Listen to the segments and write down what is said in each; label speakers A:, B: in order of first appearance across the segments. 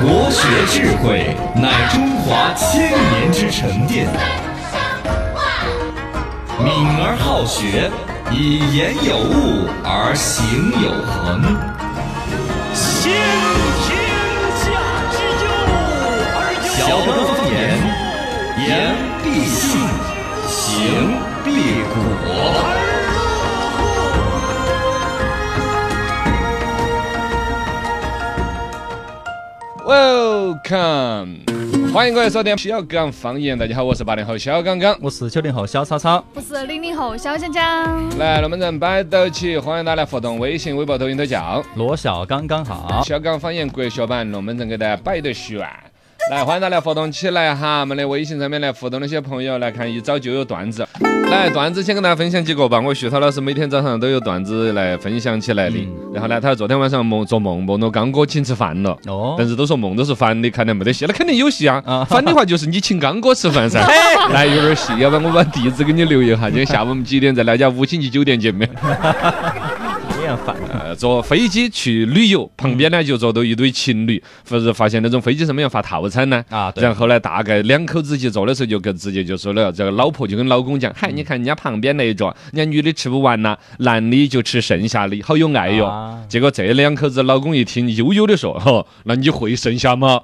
A: 国学智慧乃中华千年之沉淀，敏而好学，以言有物而行有恒。
B: 先天下之忧而忧
A: 小刚方言，言必信，行必果。
C: Welcome，欢迎各位收听小刚方言。大家好，我是八零后小刚刚。
D: 我是九零后小超超，
E: 我是零零后小江江，
C: 来，龙门阵摆到起，欢迎大家来互动，微信、微博、抖音都叫
D: 罗小刚刚好。
C: 小刚方言国学版龙门阵给大家摆得炫。来，欢迎大家来互动起来哈！我们的微信上面来互动那些朋友，来看一早就有段子。来，段子先跟大家分享几个吧。我徐涛老师每天早上都有段子来分享起来的。
D: 嗯
C: 然后呢，他昨天晚上梦做梦，梦到刚哥请吃饭了。
D: 哦
C: 但，是都说梦都是反的，看来没得戏，那肯定有戏啊
D: 啊！
C: 反的话就是你请刚哥吃饭 噻，来有点戏，要不然我把地址给你留一下，今天下午我们几点在那家五星级酒店见面？
D: 这样反
C: 呃，坐飞机去旅游，旁边呢就坐到一对情侣，或者发现那种飞机上面要发套餐呢。
D: 啊，对
C: 然，后呢，大概两口子一起坐的时候，就跟直接就说了，这个老婆就跟老公讲：“嗨，你看人家旁边那一桌，人家女的吃不完呐，男的就吃剩下的，好有爱哟。
D: 啊
C: 结果这两口子老公一听，悠悠的说：“哈，那你会剩下吗？”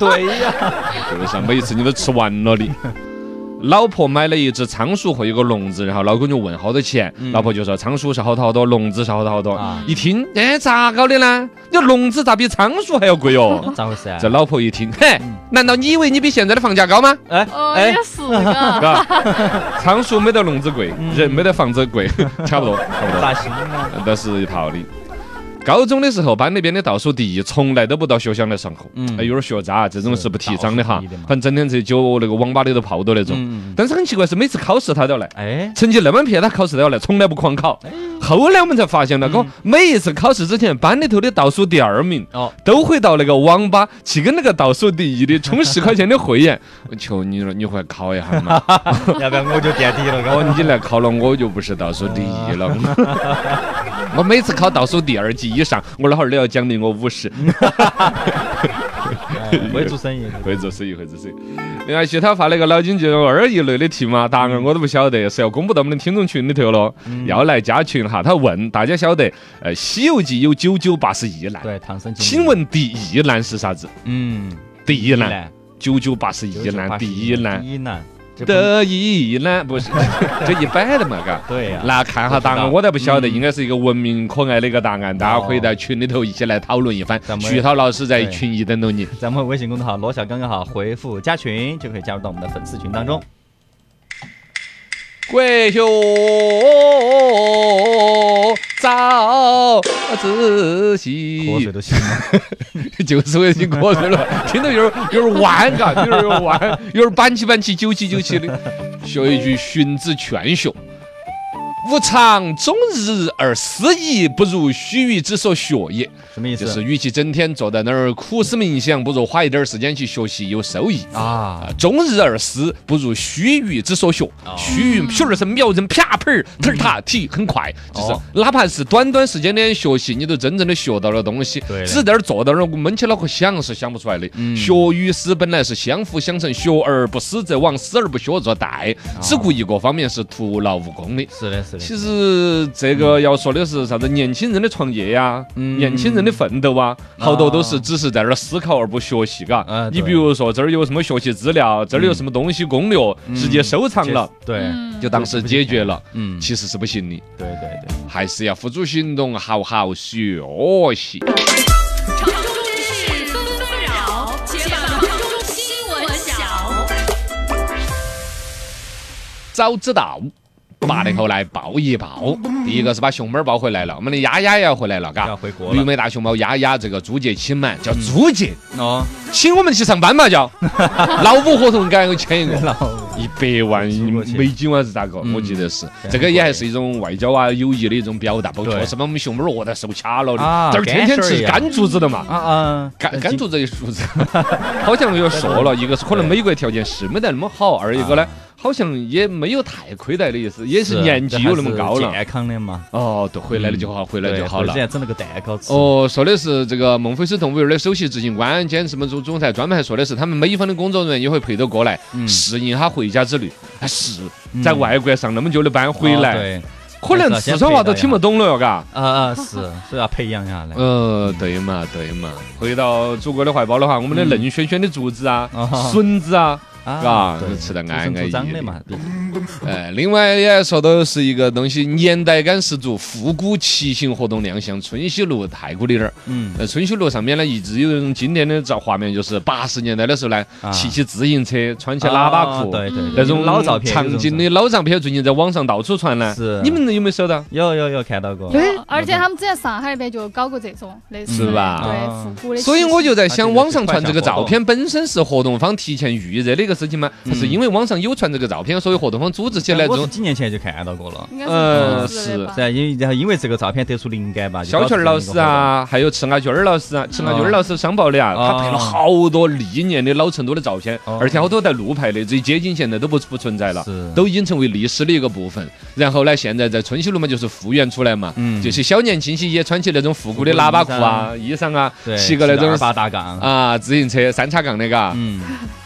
D: 对呀，
C: 就是每次你都吃完了的。老婆买了一只仓鼠和一个笼子，然后老公就问好多钱，老婆就说仓鼠是好多好多，笼子是好多好多。
D: 嗯啊
C: 一听，哎，咋搞的呢？你笼子咋比仓鼠还要贵 哦？
D: 咋回事啊
C: 这？老婆一听，嘿，
D: 嗯
C: 难道你以为你比现在的房价 高吗？
D: 哎
E: 哦，
D: 哎
E: 也，是 个，
C: 嘎，仓鼠没得笼子贵，
D: 嗯
C: 人没得房子贵， 差不多，差不多。
D: 咋行啊？
C: 都是一套的。高中的时候，班里边的倒数第一，从来都不到学校来上课，
D: 嗯
C: 哎，有点学渣，这种是不提倡的
D: 是倒数
C: 哈
D: 第一的嘛，
C: 反正整天在酒那个网吧里头泡的那种。
D: 嗯，
C: 但是很奇怪，是每次考试他都要来，
D: 哎，
C: 成绩那么撇，他考试都要来，从来不旷考。
D: 嗯
C: 后来我们才发现，那个每一次考试之前，班里头的倒数第二名
D: 哦，
C: 都会到那个网吧去跟那个倒数第一的充十块钱的会员。 我求你了，你回来考一下嘛！
D: 要不然我就垫底了，
C: 哦
D: 我，
C: 你来考了，我就不是倒数第一 了。我每次考倒数第二及以上，我老汉儿都要奖励我五十。
D: 哎我也做生意，
C: 会做生意，会做生意。另外，徐涛发了个脑筋急转弯儿一类的题嘛，答案我都不晓得，是要公布到我们的听众群里头了。要来加群哈，他问大家晓得，呃，《西游记》有九九八十一难，
D: 对，唐僧经历
C: 请，问第一难是啥子？
D: 嗯，
C: 第一
D: 一
C: 难，
D: 难，
C: 九九八十一难，
D: 998
C: 第一难，
D: 第一难，这不
C: 得 一难，不是这一般的嘛，嘎。
D: 对呀，
C: 那看下
D: 不
C: 答
D: 知
C: 案，
D: 道
C: 我倒不晓得，
D: 嗯哦
C: 应该是一个文明可爱的一个答案，大家可以在群里头一起来讨论一番
D: 咱。们
C: 徐涛老师在
D: 对
C: 群里等着你。
D: 咱们微信公众号罗小刚刚好，回复加群就可以加入到我们的粉丝群当中。
C: 国学早自
D: 口水
C: 习，
D: 都行了，
C: 就是我已经瞌 睡了，听到有点有点弯，嘎，有点有点弯，有点板起板起、九起九起的。 学一句《荀子·劝学》：“吾尝终日而思矣，不如须臾之所学也。”
D: 什么意
C: 就是
D: 思？
C: 与其整天坐在那儿苦思冥想，不如花一点儿时间去学习有收益。
D: 啊
C: 啊，终日而思，不如须臾之所学。
D: 哦
C: 须臾，咻儿是秒针，啪砰儿，特儿塔踢，很快。就是
D: 哦
C: 哪怕是短短时间的学习，你都真正的学到了东西。
D: 对嗯的
C: 只在那儿坐到那儿闷起脑壳想是想不出来的。学与思本来是相辅相成，学而不思则罔，思而不学则殆。
D: 哦
C: 只顾一个方面是徒劳无功的。
D: 是的，是的，
C: 其实这个要说的是啥子？年轻人的创业呀，
D: 嗯
C: 年轻人的奋斗啊，好多都是只是在那儿思考而不学习，嘎
D: 啊。
C: 你
D: 对嗯
C: 比如说这儿有什么学习资料，这儿有什么东西攻略，直接收藏了，
D: 对，
E: 嗯
C: 就当是解决了。
D: 嗯，
C: 其实是不行的，
D: 对对对。
C: 还是要付诸行动，好好学习。
F: 城中之事纷纷扰，且把城中新闻晓。
C: 早知道。八零后来抱一抱，第一个是把熊猫抱回来了，我们的丫丫也要回来了，嘎，
D: 嗯要回国了
C: 绿美大熊猫丫丫这个租界期满叫租界，
D: 哦，
C: 请我们去上班嘛，叫 劳务合同赶紧签一个，
D: 然后
C: 一百万
D: 寄过去
C: 美金还是咋个？
D: 嗯
C: 我记得是
D: 对
C: 这个也还是一种外交啊友谊的一种表达，包括
D: 对
C: 什么我们熊猫儿饿得受卡了的
D: 啊，
C: 这儿天天
D: 干事儿
C: 吃
D: 一样
C: 干竹子的嘛。
D: 啊啊，
C: 干 干竹子一竹子，好像又说了，一个是可能美国条件是没得那么好，二一个呢，好像也没有太亏待的意思，也是年纪有那么高
D: 这
C: 了
D: 还。是健康的嘛，嗯
C: 哦，对，回来了就好，回来
D: 对
C: 就好
D: 或者
C: 了
D: 之。前整了个蛋糕吃，
C: 哦，说的是这个孟非斯动物园的首席执行官兼什么总总裁，专门还说的是他们美方的工作人员也会陪着过来
D: 嗯
C: 适应他回家之旅。啊，是
D: 嗯
C: 在外国上那么久的班回
D: 哦
C: 来，
D: 对，
C: 可能四川话都听不懂了哟，嘎。
D: 啊啊是，所以要培养下来。
C: 呃，对嘛，对嘛。回到祖国的怀抱的话，我们的
D: 嗯
C: 嫩萱萱的竹子啊
D: 哦，
C: 笋 子 啊，嘎
D: 对
C: 吃得
D: 土
C: 安
D: 生
C: 安
D: 土
C: 逸
D: 长
C: 逸
D: 的
C: 的
D: 嘛，毕竟
C: 哎，另外也说到是一个东西，年代感十足，复古骑行活动亮相春熙路太古里那儿。
D: 嗯，
C: 呃，春熙路上面呢，一直有一种经典的照画面，就是八十年代的时候呢，
D: 啊
C: 骑起自行车，穿起喇叭
D: 哦
C: 裤，
D: 对对，对
C: 那种
D: 老照片，
C: 场景的老照片，最近在网上到处传呢。
D: 是
C: 你们有没有收到？
D: 有有有看到过，
E: 有，而且他们之前上海那边就搞过这种类
C: 哎
E: 似的
C: 是吧
E: 对，
D: 啊
E: 复古的。
C: 所以我就在
D: 啊
C: 想，
D: 这个是
C: 网上传这个照
D: 快
C: 片本身是活动方提前预热的一个事情吗？还
D: 嗯
C: 是因为网上有传这个照片，所以活动方组织起来这
D: 我是
C: 种？
D: 几年前就看到过了。
E: 应该
C: 呃
E: 是投资的吧
D: 是啊，因为然后因为这个照片得出灵感吧，就
C: 小
D: 搞
C: 泉
D: 出
C: 儿
D: 这
C: 老
D: 么一个
C: 师啊，还有赤阿娟儿老师啊，赤阿娟儿
D: 哦
C: 老师上报的啊，
D: 哦
C: 他拍了好多历年的老成都的照片，
D: 哦
C: 而且好多带路牌的，这街景现在都不不存在了
D: 是，
C: 都已经成为历史的一个部分。然后呢，现在在春熙路嘛，就是复原出来嘛，
D: 嗯
C: 这些小年轻些也穿起那种复古的喇叭裤啊、衣裳啊
D: 活动，对，
C: 骑个那
D: 二
C: 种
D: 八大杠，
C: 啊自行车三叉杠的嘎，
D: 嗯，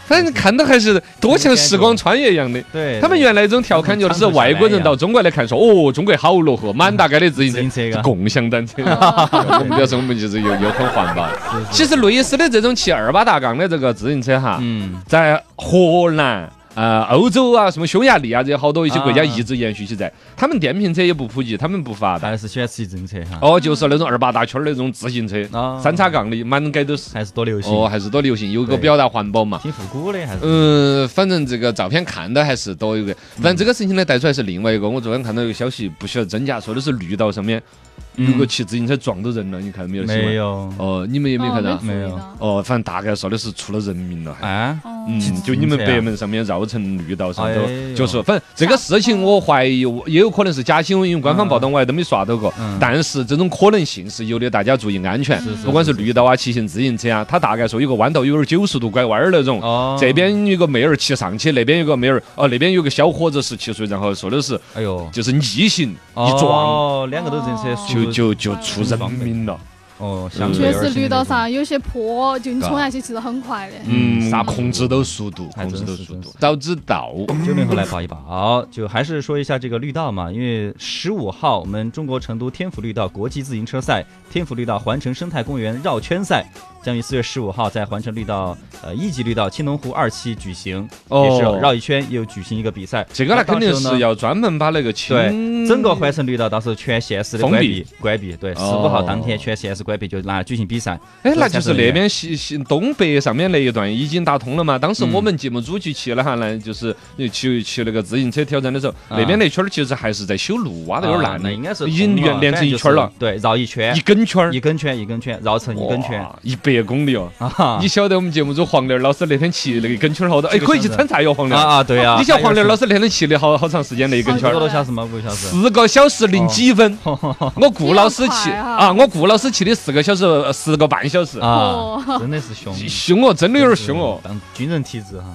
C: 反正看到还是多像时光穿越一样的。
D: 对，
C: 他们原来这种调侃就是外国人到中国来看，说哦，中国好落后，满大街的自
D: 自
C: 行
D: 行车啊
C: 车、
D: 嘎
C: 共享单 车。我们表示我们就是又又很环保。其实类似的这种骑二八大杠的这个自行车哈，
D: 嗯，
C: 在荷兰。呃，欧洲啊，什么匈牙利啊，这些好多一些国家
D: 啊
C: 一直延续起在，他们电瓶车也不普及，他们不发
D: 大
C: 达。
D: 家是喜欢骑自行车哈，
C: 哦，就是那种二八大圈儿那种自行车，
D: 啊
C: 三叉杠的，满街都是。
D: 还是多流哎行，
C: 哦，还是多流行，有个
D: 对
C: 表达环保嘛。
D: 挺复古的，还是
C: 嗯，反正这个照片看到还是多一个，但这个事情呢带出来是另外一个。我昨天看到一个消息，不晓得真假，说的是绿道上面有个骑自行车撞到人了，你看到没有？
D: 没。有
C: 哦，你们有没有看到
E: 哦？没注意
D: 没有
E: 到
C: 哦，反正大概说的是出了人命了，还。
D: 啊？
E: 哦
C: 嗯，就你们北门上面绕城绿道上头
D: 哎，呦
C: 就说，反正这个事情我怀疑我也有可能是假新闻，因为官方报道我还都没刷到过
D: 嗯。
C: 但是这种可能性是有的，大家注意安全
D: 是是，
C: 不管是绿道啊、骑行自行车啊，它大概说有个弯道有点九十度拐弯儿那种
D: 哦，
C: 这边有个妹儿骑上去，那边有个妹儿，哦，那边有个小伙子十七岁，然后说的是哦
D: 哎呦，
C: 就是逆行一撞，
D: 哦，两个都自行车速
C: 就
D: 度，
C: 就就出人命了。
D: 哦，相对
E: 确
D: 而
E: 实
D: 言
E: 绿道
D: 那种
E: 上有些坡，就你冲下去其实很快的。
D: 嗯
C: 嗯，
D: 刹不住
C: 控制都速度，
D: 还
C: 控制
D: 哎真
C: 都
D: 是
C: 速
D: 真
C: 度
D: 是，
C: 早知道。
D: 九零后来报一报，就还是说一下这个绿道嘛，因为十五号我们中国成都天府绿道国际自行车赛、天府绿道环城生态公园绕圈赛将于四月十五号在环城绿道呃一级绿道青龙湖二期举行，
C: 哦
D: 也是绕一圈又举行一个比赛。
C: 这个呢，肯定
D: 到时候
C: 是
D: 呢
C: 要专门把那个
D: 对
C: 清
D: 整个环城绿道到时候全限时的
C: 封
D: 关
C: 闭
D: 闭关闭，对，十
C: 哦
D: 五号当天全限时关闭就拿举行比赛。
C: 哎，那
D: 才
C: 就是
D: 能
C: 那
D: 圆
C: 边西西东北上面那一段已经打通了嘛？当时我们节目组去骑了哈，那就是骑骑那个自行车挑战的时候，那边那圈儿其实还是在修路，挖的有点
D: 啊
C: 烂
D: 那
C: 的，
D: 应该是
C: 已经
D: 通
C: 连连成一圈儿了，，
D: 反正就是对，绕一圈
C: 一根圈儿
D: 一，根圈一根圈绕成一根圈
C: 哇，一百公里哦。
D: 啊
C: 你晓得我们节目组黄莲老师那天骑那个一根圈儿好多，哎，
D: 这个
C: 可以去
D: 是
C: 参赛哟，
D: 啊
C: 黄莲。
D: 啊，对啊，
C: 你晓得黄
D: 莲
C: 莲老师那天骑的好好长时间那一根
E: 是
C: 圈
D: 一
C: 儿
D: 个，多小时吗？五个小时？
C: 四个小时零几分。 我顾老师
E: 这
C: 骑
E: 样快啊
C: 啊，我顾老师骑的四个小时，呃十个半小时。
D: 啊，真的是凶，
C: 凶哦，真的有点凶哦。
D: 当军人体质哈。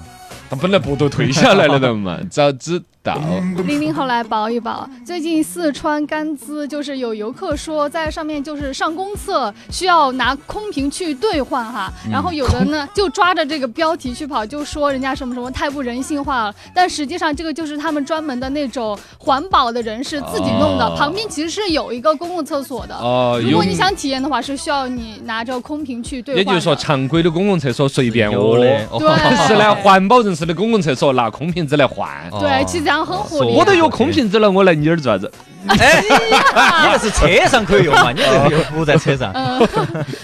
C: 他本来不都退下来了的 嘛，早知道。
E: 零零后来报一报，最近四川甘孜就是有游客说在上面就是上公厕需要拿空瓶去兑换哈，
C: 嗯
E: 然后有的呢就抓着这个标题去跑，就说人家什么什么太不人性化了，但实际上这个就是他们专门的那种环保的人士自己弄的，
C: 哦
E: 旁边其实是有一个公共厕所的。
C: 哦，
E: 如果
C: 有
E: 你想体验的话，是需要你拿着空瓶去兑
C: 也
E: 换的。
C: 就是说，常规的公共厕所随便
D: 有
C: 哦，
D: 的，
E: 对
C: 但是呢，环保人士的公共厕所拿空瓶子来换。
E: 对，其实这样很火力。
C: 哦
E: 啊
C: 我都有空瓶子了，我来你这儿做啥子？
D: 哎，你那是车上可以用嘛？你这个又不在车上，
E: 嗯，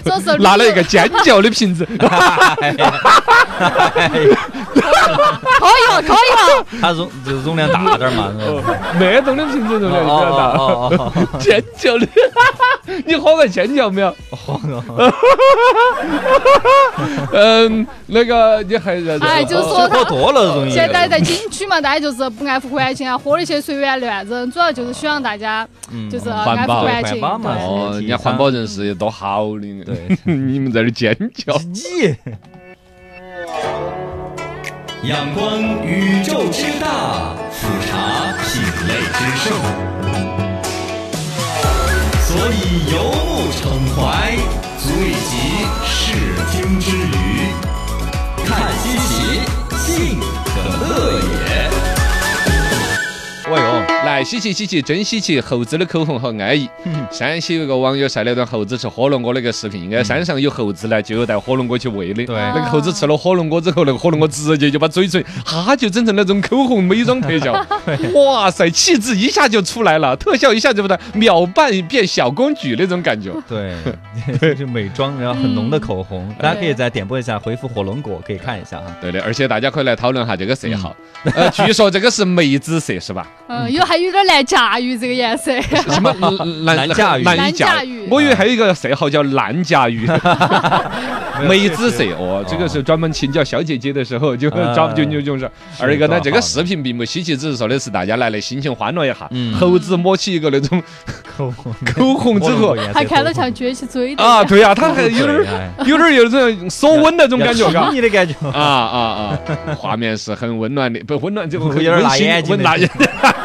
E: 所以说
C: 拿了一个尖叫的瓶 子，
E: 可以了，可以了。
D: 它容就容量大点儿嘛。
C: 那种的瓶子容量比较大，
D: 哦哦
C: 尖叫的， 你喝过尖叫没有？
D: 哦，
C: 嗯，那个你还
E: 哎，就说
D: 喝
E: 他
D: 多了容易。
E: 现在在景区嘛，大家就是不爱护环境啊，喝的些随便乱扔，主要就是希望大家就是爱护环境。对
D: 哦
C: 哦，人家环保人士也多好的，
D: 对，
C: 你们在这儿尖叫。
D: 你
A: 仰观宇宙之大，俯察品类之盛。所以游目骋怀，足以极视听之娱，看稀奇，尽可乐也。
D: 哎呦，
C: 来，稀奇稀奇，真稀奇！猴子的口红好安逸。山西有个网友晒了一段猴子吃火龙果的一个视频，应该山上有猴子呢，就有带火龙果去喂的。
D: 对
C: 那个猴子吃了火龙果之后，那个火龙果直接就把嘴唇哈就整成那种口红美妆特效， 哇塞，气质一下就出来了，特效一下就不得秒扮变小公举那种感 觉。
D: 对，就是美妆，然后很浓的口红，
C: 嗯
D: 大家可以再点播一下，回复火龙果可以看一下啊。
C: 对的，而且大家可以来讨论下这个色号。呃，据说这个是梅子色是吧？
E: 嗯，有还有点难驾驭这个颜色。
C: 什 么
D: 蓝甲鱼
C: 蓝
E: 蓝
C: 甲
E: 甲
C: 鱼
E: 鱼？
C: 我以为还有一个色号叫蓝甲 鱼。梅子色哦，这个
D: 哦
C: 是专门请教小姐姐的时候就
D: 啊
C: 专就就 就是。二一个呢，
D: 多
C: 这个
D: 好
C: 视频并不稀奇，只是说的是大家来了心情欢乐一下
D: 嗯。
C: 猴子摸起一个那种
D: 口红
C: 口红之后
E: 还看到像撅起嘴的
C: 啊，对呀，他还有点儿
D: 点
C: 有点儿有这种索温那种感觉，嘎。
D: 你的感觉。
C: 啊啊啊！画面是很温暖的，不温暖这个
D: 有
C: 很
D: 点儿
C: 温
D: 辣
C: 馨
D: 眼睛
C: 温
D: 那
C: 辣眼，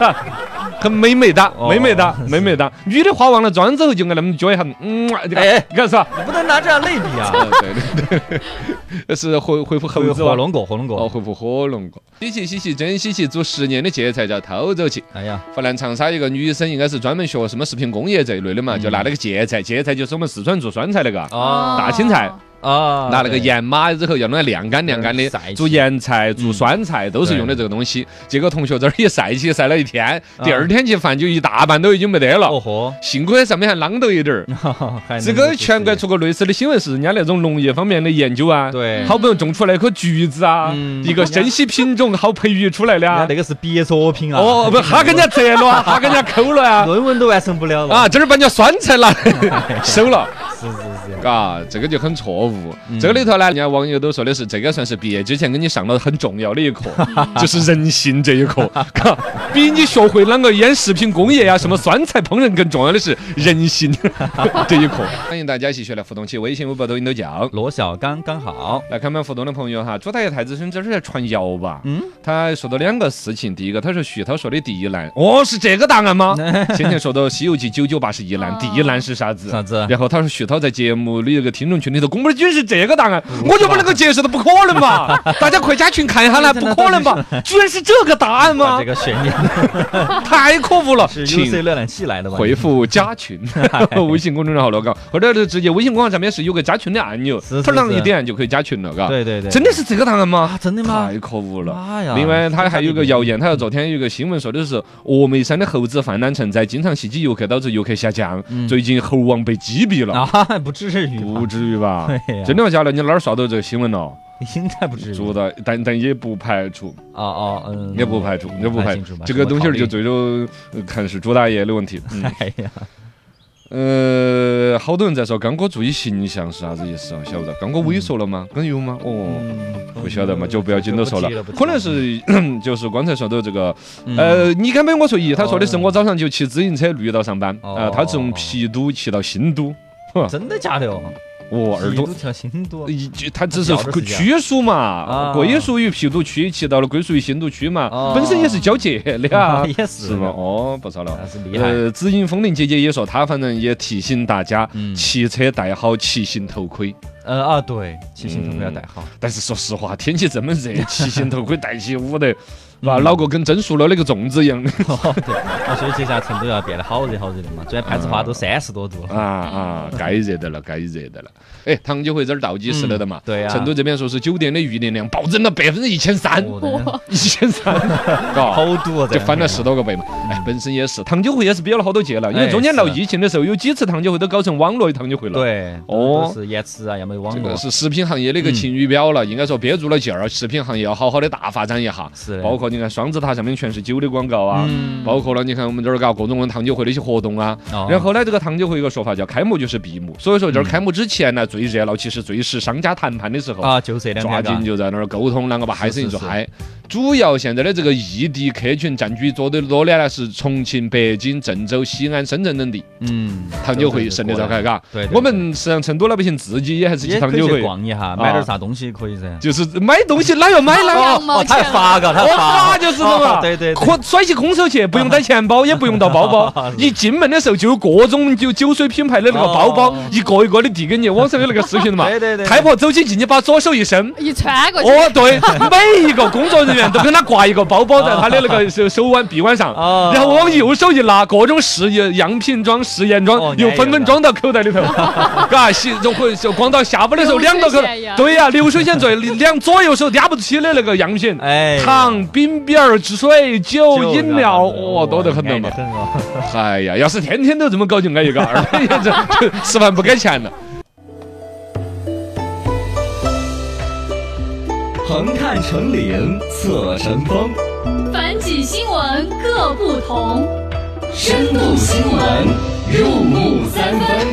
C: 很美美哒，
D: 哦
C: 美美哒，美美哒。女的化完了妆之后就挨那么撅一下，嗯，啊这个
D: 哎
C: 你看是吧？
D: 不能拿这样类比啊！
C: 哦对对 对，是回回复猴子
D: 火
C: 吧
D: 龙果，火龙
C: 哦，
D: 果。
C: 回复火龙果。稀奇稀奇，真稀奇！煮十年的芥菜叫偷走起。
D: 哎呀，
C: 湖南长沙一个女生应该是专门学什么食品工业这一类的嘛，就拿那个芥菜，芥菜就是我们四川做酸菜那个啊，
D: 哦
C: 大青菜
D: 啊，
C: 哦
D: 嗯
C: 拿那个盐码之后要弄来晾干晾干的
D: 晒，起嗯
C: 做盐菜、做酸菜都是用的这个东西。结果同学这儿一晒起，晒了一天，第二天去饭就一大半都已经没得
D: 对。啊哦哎
C: 了。
D: 豁，
C: 幸亏上面还啷兜一点儿。
D: 还能
C: 这
D: 够
C: 个
D: 去
C: 全国
D: 吃
C: 出过类似的新闻是人家那种农业方面的研究啊，
D: 对
C: 好不容易种出来一颗橘子啊，
D: 嗯
C: 一个珍稀品种好培育出来的
D: 人家
C: 啊
D: 那，个是毕业作品啊！
C: 哦， 不，他给人家摘了啊，他给人家抠了啊，
D: 论文都完成不了了
C: 啊，！这儿把人家酸菜拿 来收了。
D: 是是是，
C: 啊，这个就很错误。这个里头呢，人家网友都说的是，这个算是毕业之前给你上了很重要的一课，就是人性这一课。 嘎比你学会啷个腌食品工业呀、啊什么酸菜烹饪更重要的是人性 这一课。欢迎大家继续来互动起，微信、微博、抖音都叫。
D: 罗小刚刚好，啊
C: 来看我们互动的朋友哈，朱大爷太子孙这是在传谣吧？嗯，他说到两个事情，第一个他说徐涛说的第一难，哦，是这个答案吗？先 前说到《西游记》九九八十 一难，第一难是啥子？
D: 啊啥子
C: 然后他说徐涛在节目里有个听众群里头，宫本君是这 个答案，我就不能够接受的，不可能吧？大家快加群看 一下来，不可能吧？居然是这个答案
D: 把
C: 吗
D: 这？个悬念
C: 太可恶了！
D: 是哎
C: 请
D: UC 浏览器来的吧？
C: 回复加 群， 微信公众号了，嘎，或者是直接微信公众号上面是有个加群的按钮，
D: 是是
C: 头上
D: 是
C: 一点就可以加群了，嘎。
D: 对对对，
C: 啊真的是这个答案吗？
D: 真的吗啊
C: 太可恶了！
D: 妈呀
C: 另外，他还有个谣言，他说昨天有个新闻说的是峨眉山的猴子泛滥成灾，经常袭击游客，导致游客下降。最近猴王被击毙了，
D: 嗯啊， 不至于吧，
C: 不至于 吧
D: 对呀？
C: 真的吗？假的？你哪儿刷到这个新闻了？
D: 应该不至于
C: 做的，但但也不排除，
D: 啊啊嗯，
C: 也不排除，也不排
D: 清楚
C: 除
D: 吧。
C: 这个东西儿就
D: 怎
C: 最终呃看是朱大爷的问题。嗯
D: 么考 虑哎呀，
C: 呃，好多人在说刚哥注意形象是啥子意思啊？晓不得？刚哥猥琐了吗？刚有吗？哦。
D: 嗯
C: 不晓得嘛，就不要紧都说了，可能是嗯 就是刚才说的这个，
D: 嗯
C: 呃，你敢没我说一，他说的是我早上就骑自行车绿道上班，
D: 哦
C: 啊，他从郫都骑到新都，哼，
D: 真的假的哦？
C: 哦，耳朵哎
D: 都。跳新都
C: 一他只是
D: 他表示是这样
C: 区属嘛，归属于郫都区，骑到了归属于新都区嘛
D: 啊哦，，
C: 本身也是交界的啊
D: 也是
C: 是吗？哦，不错了
D: 还。是厉害，
C: 呃，紫银风铃姐姐也说，她反正也提醒大家，
D: 嗯
C: 骑车戴好骑行头盔。
D: 呃啊对，骑行头盔
C: 嗯
D: 要戴好，
C: 但是说实话，天气这么热，骑行头盔戴起捂得，哇，脑壳跟蒸熟了那个粽子一样的
D: 哦对，那所以接下来成都要变得好热好热的嘛，昨天攀枝
C: 嗯
D: 花都三十多度了，
C: 啊啊！该热的了，该热的了。哎，糖酒会这儿倒计时了的嘛？
D: 嗯对呀
C: 成都这边说是酒店的预订量暴增了百分之一千三，
D: 哦
C: 一千 三，
D: 好嗯
C: 嘎。
D: 堵啊，
C: 啊就翻了十多个倍嘛，哎，本身也是，糖酒会也是比了好多届了，因为
D: 哎
C: 中间闹
D: 啊
C: 疫情的时候，有几次糖酒会都搞成网络糖酒会了。，
D: 对，
C: 哦
D: 都是延迟啊，要么有网
C: 这
D: 络
C: 个，是食品行业的一
D: 嗯
C: 个晴雨表了，应该说憋足了劲儿，啊食品行业要好好的大发展一下。
D: 是的嗯
C: 包括你看双子塔上面全是酒的广告啊，包括了你看我们这儿搞各种各样糖酒会的一些活动啊。
D: 哦嗯
C: 然后呢，这个糖酒会有个说法叫开幕就是闭幕，所以说这儿开幕之前呢最热闹，其实最是商家谈判的时候。
D: 啊，就这两
C: 抓
D: 天
C: 紧
D: 嘎，
C: 就在那儿沟通啷个把嗨生意做
D: 是是
C: 嗨，主要现在的这个异地客群占据多的多的呢是重庆、北京、郑州、西安、深圳等地，
D: 嗯，
C: 糖酒会胜利召开，嘎。
D: 对对对
C: 我们实际上成都老百姓自己也还是去
D: 也
C: 糖
D: 可
C: 酒
D: 以去
C: 会，啊
D: 逛一下，买点啥东西可以噻。
C: 就是买东西哪要买哪
E: 哦
C: 个。
E: 两毛
D: 哦，太
E: 钱
D: 发嘎，太
C: 我
D: 发
C: 发就知道了，
D: 哦对对对
C: 可甩起空手去，不用带钱包，也不用带 包包。你进门的时候就有各种酒酒水品牌的那个包包
D: 哦，
C: 一个一个的递给你。网上有那个视频的嘛，
D: 对对对
C: 太婆走起进去，把左手一伸，
E: 一穿过去，
C: 哦，对，每一个工作人员都跟他挂一个包包在他的那
D: 啊
C: 个手手腕、臂腕上，
D: 哦
C: 然后往右手一拿，各种试验样品装、试验
D: 哦
C: 装
D: 你
C: 又
D: 还
C: 纷纷
D: 有呢
C: 装到口袋 里头，嘎，洗就会就光到下午的时候，
E: 流水
C: 两个口
E: 线一，样
C: 对呀，流水线最两左右手压不起的那个样品，
D: 哎，
C: 糖、冰饼儿、水、酒、饮料，哦，多得很的嘛。
D: 很哦。
C: 哎呀，要是天天都这么搞，就挨一个二， 这这吃饭不给钱了。
A: 横看成岭侧成峰，
F: 反几新闻各不同，
A: 深度新闻入木三分。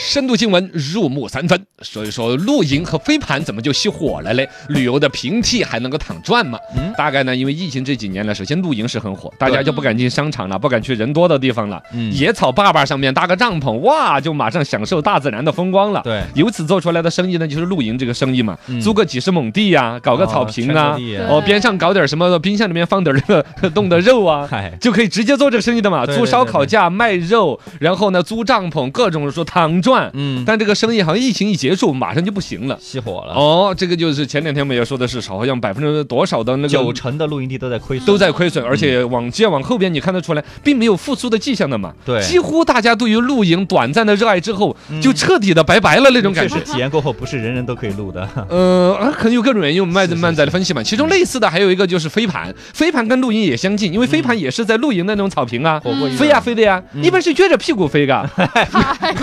C: 深度新闻入木三分，所以说露营和飞盘怎么就熄火了嘞？旅游的平替还能够躺赚吗？
D: 嗯
C: 大概呢，因为疫情这几年呢，首先露营是很火，大家就不敢进商场了，不敢去人多的地方了。
D: 嗯
C: 野草坝坝上面搭个帐篷，哇，就马上享受大自然的风光了。
D: 对
C: 由此做出来的生意呢，就是露营这个生意嘛，
D: 嗯
C: 租个几十亩地呀、搞个草坪
D: 哦
C: 啊
D: 全，
E: 对
D: 球
C: 哦，边上搞点什么，冰箱里面放点那个 冻的肉啊，
D: 嗨，
C: 就可以直接做这个生意的嘛，
D: 对
C: 租
D: 对
C: 烧
D: 对
C: 烤
D: 对
C: 架卖肉，然后呢租帐篷，各种说躺赚。
D: 嗯，
C: 但这个生意好像疫情一结束，马上就不行了。
D: 熄火了，
C: 哦，这个就是前两天我们也说的是，好像百分之多少的那个
D: 九成的嗯露营地都在亏损，
C: 都在亏损，而且往接往后边你看得出来，并没有复苏的迹象的嘛。
D: 对
C: 几乎大家对于露营短暂的热爱之后，
D: 嗯
C: 就彻底的拜拜了那种感
D: 确
C: 觉
D: 实。体验过后不是人人都可以录的。
C: 呃，啊可能有各种原因，我们慢
D: 是是嗯
C: 慢再来分析嘛。其中类似的还有一个就是飞盘，飞盘跟露营也相近，因为飞盘也是在露营的那种草坪啊，
D: 火锅一
C: 飞呀飞的呀，
D: 嗯
C: 一般是撅着屁股 飞的，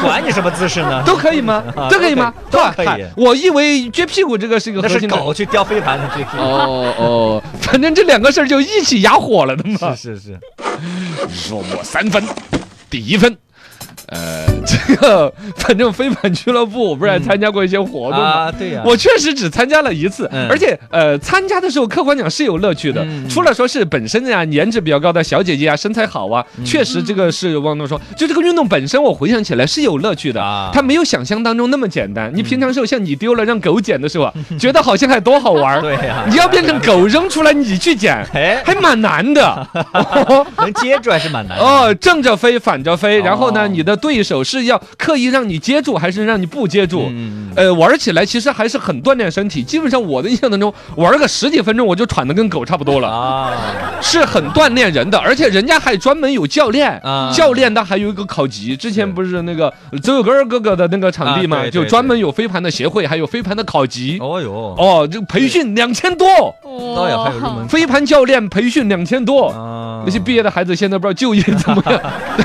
D: 管你什么姿势呢？
C: 都可以吗？
D: 啊
C: 都可以吗？
D: 都可以
C: 哇嗨我以为撅屁股这个是一个
D: 那
C: 核
D: 是
C: 心的。
D: 狗去叼飞盘的，这是
C: 哦哦，反正这两个事儿就一起压火了的 嘛。
D: 是是是，
C: 入木三分，第一分。呃，这个反正飞盘俱乐部我哦不是还参加过一些活动吗？
D: 啊，对呀，
C: 我确实只参加了一次，
D: 嗯
C: 而且呃，参加的时候客观讲是有乐趣的。
D: 嗯嗯
C: 除了说是本身呀、颜值比较高的小姐姐啊，身材好啊，
D: 嗯
C: 确实这个是汪东说，就这个运动本身，我回想起来是有乐趣的。
D: 啊嗯
C: 它没有想象当中那么简单。你平常时候像你丢了让狗捡 的时候啊，觉得好像还多好玩儿。
D: 对呀，
C: 你要变成狗扔出来你去捡，
D: 哎，
C: 还蛮难 的。
D: 能接住还是蛮难的。
C: 哦，正着飞，反着飞，然后
D: 哎哦
C: 呢，你的对手是要刻意让你接住，还是让你不接住？
D: 嗯，嗯嗯
C: 呃，玩起来其实还是很锻炼身体，基本上我的印象当中，玩个十几分钟我就喘得跟狗差不多了，
D: 啊，
C: 是很锻炼人的，而且人家还专门有教练
D: 啊，
C: 教练他还有一个考级，之前
D: 是
C: 不是那个呃周有根儿哥哥的那个场地
D: 啊
C: 嘛，
D: 对
C: 就
D: 对
C: 专
D: 对
C: 门有飞盘的协会，还有飞盘的考级。
D: 哦哟，
C: 哦，这培训两千多，
D: 倒也还有入门
C: 飞盘教练培训两千多，
D: 啊
C: 哦那些毕业的孩子现在不知道就业怎么样。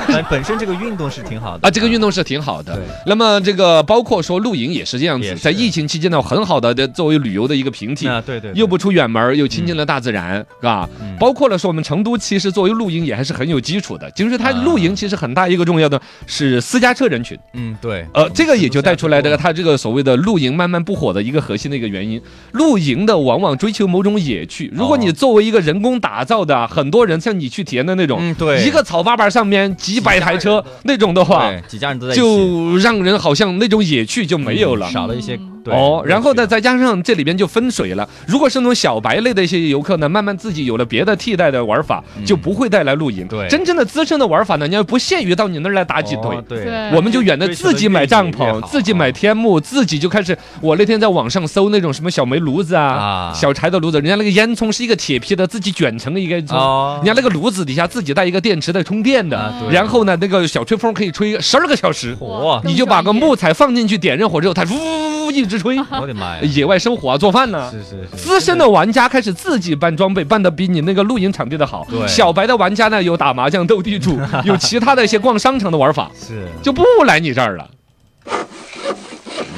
D: 但本身这个运动是挺好的
C: 啊，这个运动是挺好的
D: 对。
C: 那么这个包括说露营也是这样
D: 也
C: 子，
D: 是
C: 在疫情期间呢，很好的作为旅游的一个平替，
D: 啊，对对，对
C: 又不出远门儿，又亲近了大自然，是吧？
D: 嗯
C: 包括了说我们成都其实作为露营也还是很有基础的，就是它
D: 啊
C: 露营其实很大一个重要的是私家车人群，
D: 嗯对，
C: 呃，这个也就带出来这个
D: 嗯
C: 它这个所谓的露营慢慢不火的一个核心的一个原因。露营的往往追求某种野趣，如果你
D: 哦
C: 作为一个人工打造的，很多人像你去体验的那种，
D: 嗯对
C: 一个草坝坝上面几百台车那种的话。
D: 对，几家人都在一起
C: 就让人好像那种野趣就没有了。
D: 少了一些
E: 嗯
D: 对
C: 哦，然后呢，
D: 乐趣
C: 再加上这里边就分水了。如果是那种小白类的一些游客呢，慢慢自己有了别的替代的玩法，就不会带来露营。
D: 对
C: 真正的资深的玩法呢，你要不屑于到你那儿来打几
D: 哦
C: 腿。
D: 对，
E: 对
C: 我们就远的
D: 追求
C: 自己买帐
D: 的越野越
C: 篷，
D: 好
C: 自己买天幕，自己就开始。我那天在网上搜那种什么小煤炉子
D: 啊
C: 啊，小柴的炉子，人家那个烟囱是一个铁皮的，自己卷成一个烟囱。
D: 哦
C: 人家那个炉子底下自己带一个电池的充电的
D: 啊对，
C: 然后呢，那个小吹风可以吹十二个小时。
D: 火，
C: 你就把个木材放进去，点燃火之后，它呜呜呜一直 吹。
D: 我的妈呀，
C: 野外生活啊，做饭呢、
D: 是是是，
C: 资深的玩家开始自己搬装备，搬得比你那个露营场地的好
D: 对。
C: 小白的玩家呢，有打麻将、斗地 主，有其他的一些逛商场的玩法，
D: 是
C: 就不来你这儿了。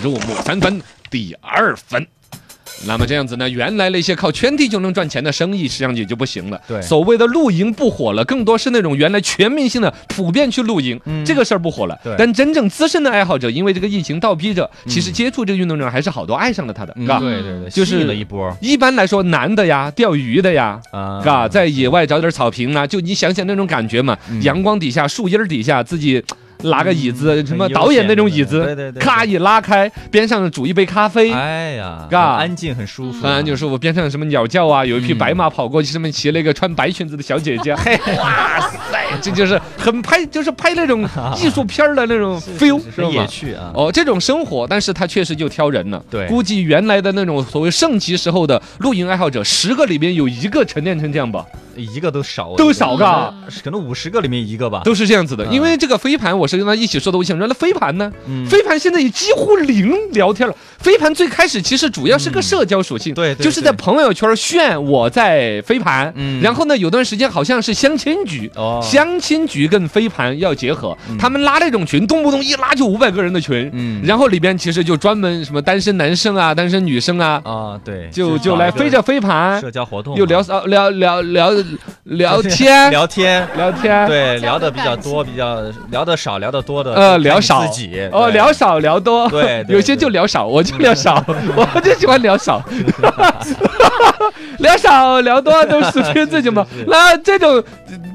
C: 入木三分，第二分。那么这样子呢，原来那些靠圈地就能赚钱的生意，实际上也就不行了。
D: 对
C: 所谓的露营不火了，更多是那种原来全民性的普遍去露营，
D: 嗯
C: 这个事儿不火了
D: 对。
C: 但真正资深的爱好者，因为这个疫情倒逼着，其实接触这个运动的人还是好多爱上了他的，
D: 嗯
C: 嘎、
D: 对对对，
C: 就是
D: 吸引了一波
C: 一般来说，男的呀，钓鱼的呀，
D: 啊，
C: 嘎，在野外找点草坪啊，就你想想那种感觉嘛，
D: 嗯
C: 阳光底下、树荫儿底下，自己拿个椅子，
D: 嗯
C: 什么
D: 很悠
C: 导演那种
D: 闲
C: 椅子，
D: 对对对
C: 咔
D: 对
C: 一拉开，边上煮一杯咖啡。啊
D: 哎呀，很
C: 嘎
D: 安静很舒服，
C: 很安静舒服，边上什么鸟叫啊，有一匹
D: 嗯
C: 白马跑过去，上面骑了一个穿白裙子的小姐 姐，哇塞，这就是很拍，就是拍那 种艺术片儿的那种 feel，
D: 是
C: 是吧
D: 野？趣啊，
C: 哦，这种生活，但是它确实就挑人了。
D: 对
C: 估计原来的那种所谓盛极时候的露营爱好者，十个里边有一个沉淀成这样吧，
D: 一个都少，
C: 都少嘎。
D: 是可能五十个里面一个吧，
C: 都是这样子的。
D: 嗯
C: 因为这个飞盘，我是跟他一起说的，我想说那飞盘呢，
D: 嗯
C: 飞盘现在也几乎零聊天了。飞盘最开始其实主要是个社交属性，
D: 嗯对对
C: 就是在朋友圈炫我在飞盘，
D: 嗯
C: 然后呢，有段时间好像是相亲局。
D: 哦，
C: 相亲局跟飞盘要结合，他们拉那种群，动不动一拉就五百个人的群，
D: 嗯
C: 然后里边其实就专门什么单身男生啊、单身女生啊，
D: 啊，对，
C: 就
D: 搞
C: 就来
D: 一个
C: 飞着飞盘，
D: 社交活动嘛，
C: 又 聊骚聊聊聊聊天
D: 聊天。
C: 聊天，
D: 对，
E: 交
D: 聊的
E: 流
D: 比较
E: 感
D: 多，比较聊的少，聊的多的，
C: 呃，
D: 就
C: 聊
D: 看你
C: 少
D: 自己
C: 哦，
D: 对
C: 聊少聊多，
D: 对对
C: 有些就聊少，我就聊 少，我就喜欢聊少，聊少聊多都 属于自己嘛
D: 是是是。
C: 那这种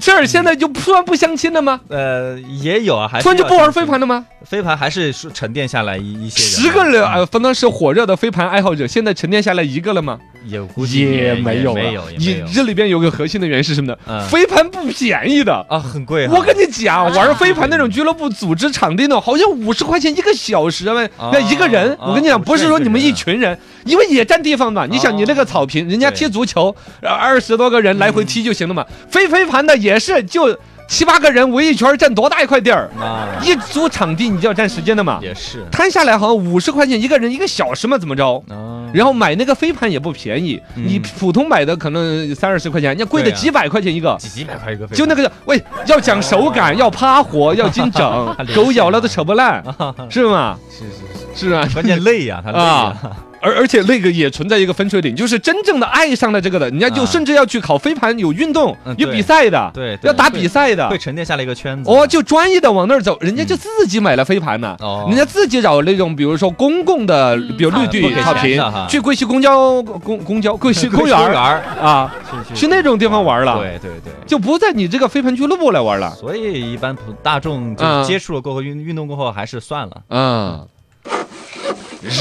C: 事儿现在就突然不相亲了吗？
D: 呃也有啊，还是
C: 突然就
D: 要
C: 不玩
D: 相
C: 飞
D: 信
C: 盘了吗？
D: 飞盘还是说沉淀下来一一些
C: 十个人
D: 嗯
C: 呃，当时火热的飞盘爱好者，现在沉淀下来一个了吗？
D: 嗯也估计也
C: 没有
D: 有
C: 了，
D: 没有也没
C: 你
D: 有
C: 这里边有个核心的原因是什么呢
D: 嗯？
C: 飞盘不便宜的。
D: 啊，很贵啊。
C: 我跟你讲，玩飞盘那种俱乐部组织场地那种，好像五十块钱一个小时嘛，
D: 啊
C: 那一个人。
D: 啊
C: 我跟你讲，
D: 50
C: 不是说你们一群人，因为也占地方
D: 啊
C: 嘛。你想，你那个草坪，人家踢足球，呃二十多个人来回踢就行了嘛。飞飞盘的也是就七八个人围一圈，占多大一块地儿？
D: 啊，
C: 一租场地你就要占时间的嘛。
D: 也是
C: 摊下来好像五十块钱一个人一个小时嘛，怎么着？
D: 啊，
C: 然后买那个飞盘也不便宜，
D: 嗯
C: 你普通买的可能三二十块钱，人家贵的
D: 对啊
C: 几百块钱一个。
D: 几几百块一个飞盘，，
C: 就那个喂，要讲手感，要趴活，要精整 狗咬了都扯不烂，是吗？
D: 是是是，
C: 是啊，
D: 关键累呀，他累呀，
C: 啊。而而且那个也存在一个分水岭，就是真正的爱上了这个的，人家就
D: 啊
C: 甚至要去考飞盘，有运动
D: 嗯，对
C: 有比赛的，
D: 对对
C: 要打比赛的
D: 会。沉淀下来一个圈子。
C: 哦，就专业的往那儿走，人家就自己买了飞盘呢、
D: 哦嗯
C: 人家自己找那种，比如说公共的，比如绿
D: 啊不
C: 地
D: 给钱
C: 草坪
D: 的哈，
C: 去贵溪公交公 公交贵溪
D: 公
C: 公园
D: 园
C: 儿
D: 儿
C: 啊，去那种地方玩了，
D: 对对对。
C: 就不在你这个飞盘俱乐部来玩了。
D: 所以一般普大众就
C: 嗯
D: 接触了过后运运动过后还是算了，
C: 啊，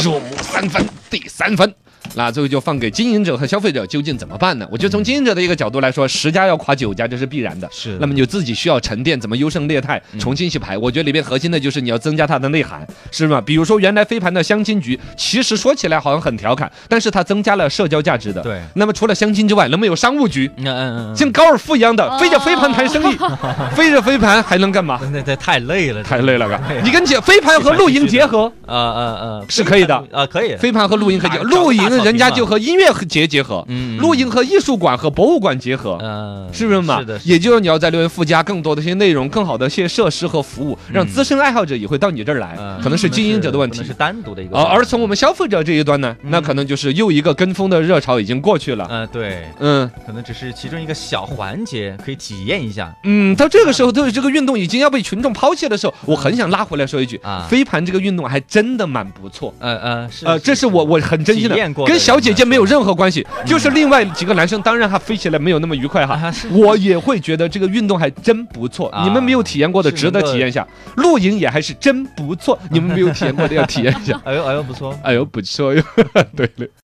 C: 入木三分，第三分。那最后就放给经营者和消费者究竟怎么办呢？我觉得从经营者的一个角度来说，十家要垮九家这是必然的。
D: 是
C: 那么你就自己需要沉淀，怎么优胜劣汰，重新去排。我觉得里面核心的就是你要增加它的内涵，是吗？比如说原来飞盘的相亲局，其实说起来好像很调侃，但是它增加了社交价值的。
D: 对
C: 那么除了相亲之外，能不能有商务局？
D: 嗯嗯嗯
C: 像高尔夫一样的，飞着飞盘谈生意，飞着飞盘还能干嘛？
D: 嗯，那那太累了，
C: 太累了，嘎
D: 太累。
C: 你跟姐飞盘和露营结合。
D: 呃呃呃，
C: 是可以的
D: 啊，可以，
C: 飞盘和露营可以结合，
D: 嗯大
C: 露营
D: 大草坪
C: 人家
D: 嘛
C: 就和音乐节结合，
D: 嗯
C: 露营和艺术馆和博物馆结合。
D: 嗯，
C: 是不是嘛？
D: 是的，是的
C: 也就是你要在留言附加更多的一些内容，更好的一些设施和服务，让资深爱好者也会到你这儿来
D: 嗯，
C: 哎可能是经营者的问
D: 可
C: 题
D: 能是嗯单独的一个
C: 啊。而
D: 从
C: 从我们消费者这一端呢，那可能就是又一个跟风的热潮已经过去了。
D: 嗯，对，
C: 嗯
D: 可能只是其中一个小环节，可以体验一下。
C: 嗯，到这个时候，对这个运动已经要被群众抛弃的时候，我很想拉回来说一句
D: 啊，
C: 飞盘这个运动还真的蛮不错。
D: 呃呃，是
C: 呃，这是我我很真心的
D: 体验过，的
C: 跟小姐姐没有任何关系，
D: 嗯
C: 就是另外几个男生，当然他飞起来没有那么愉快哈
D: 啊是。
C: 我也会觉得这个运动还真不错，
D: 啊
C: 你们没有体验过的
D: 是
C: 值得
D: 能够
C: 体验一下。露营也
D: 。
C: 还是真不错，你们没有体验过的要体验一下
D: 哎呦哎呦不错。
C: 哎呦，不错哟，对了。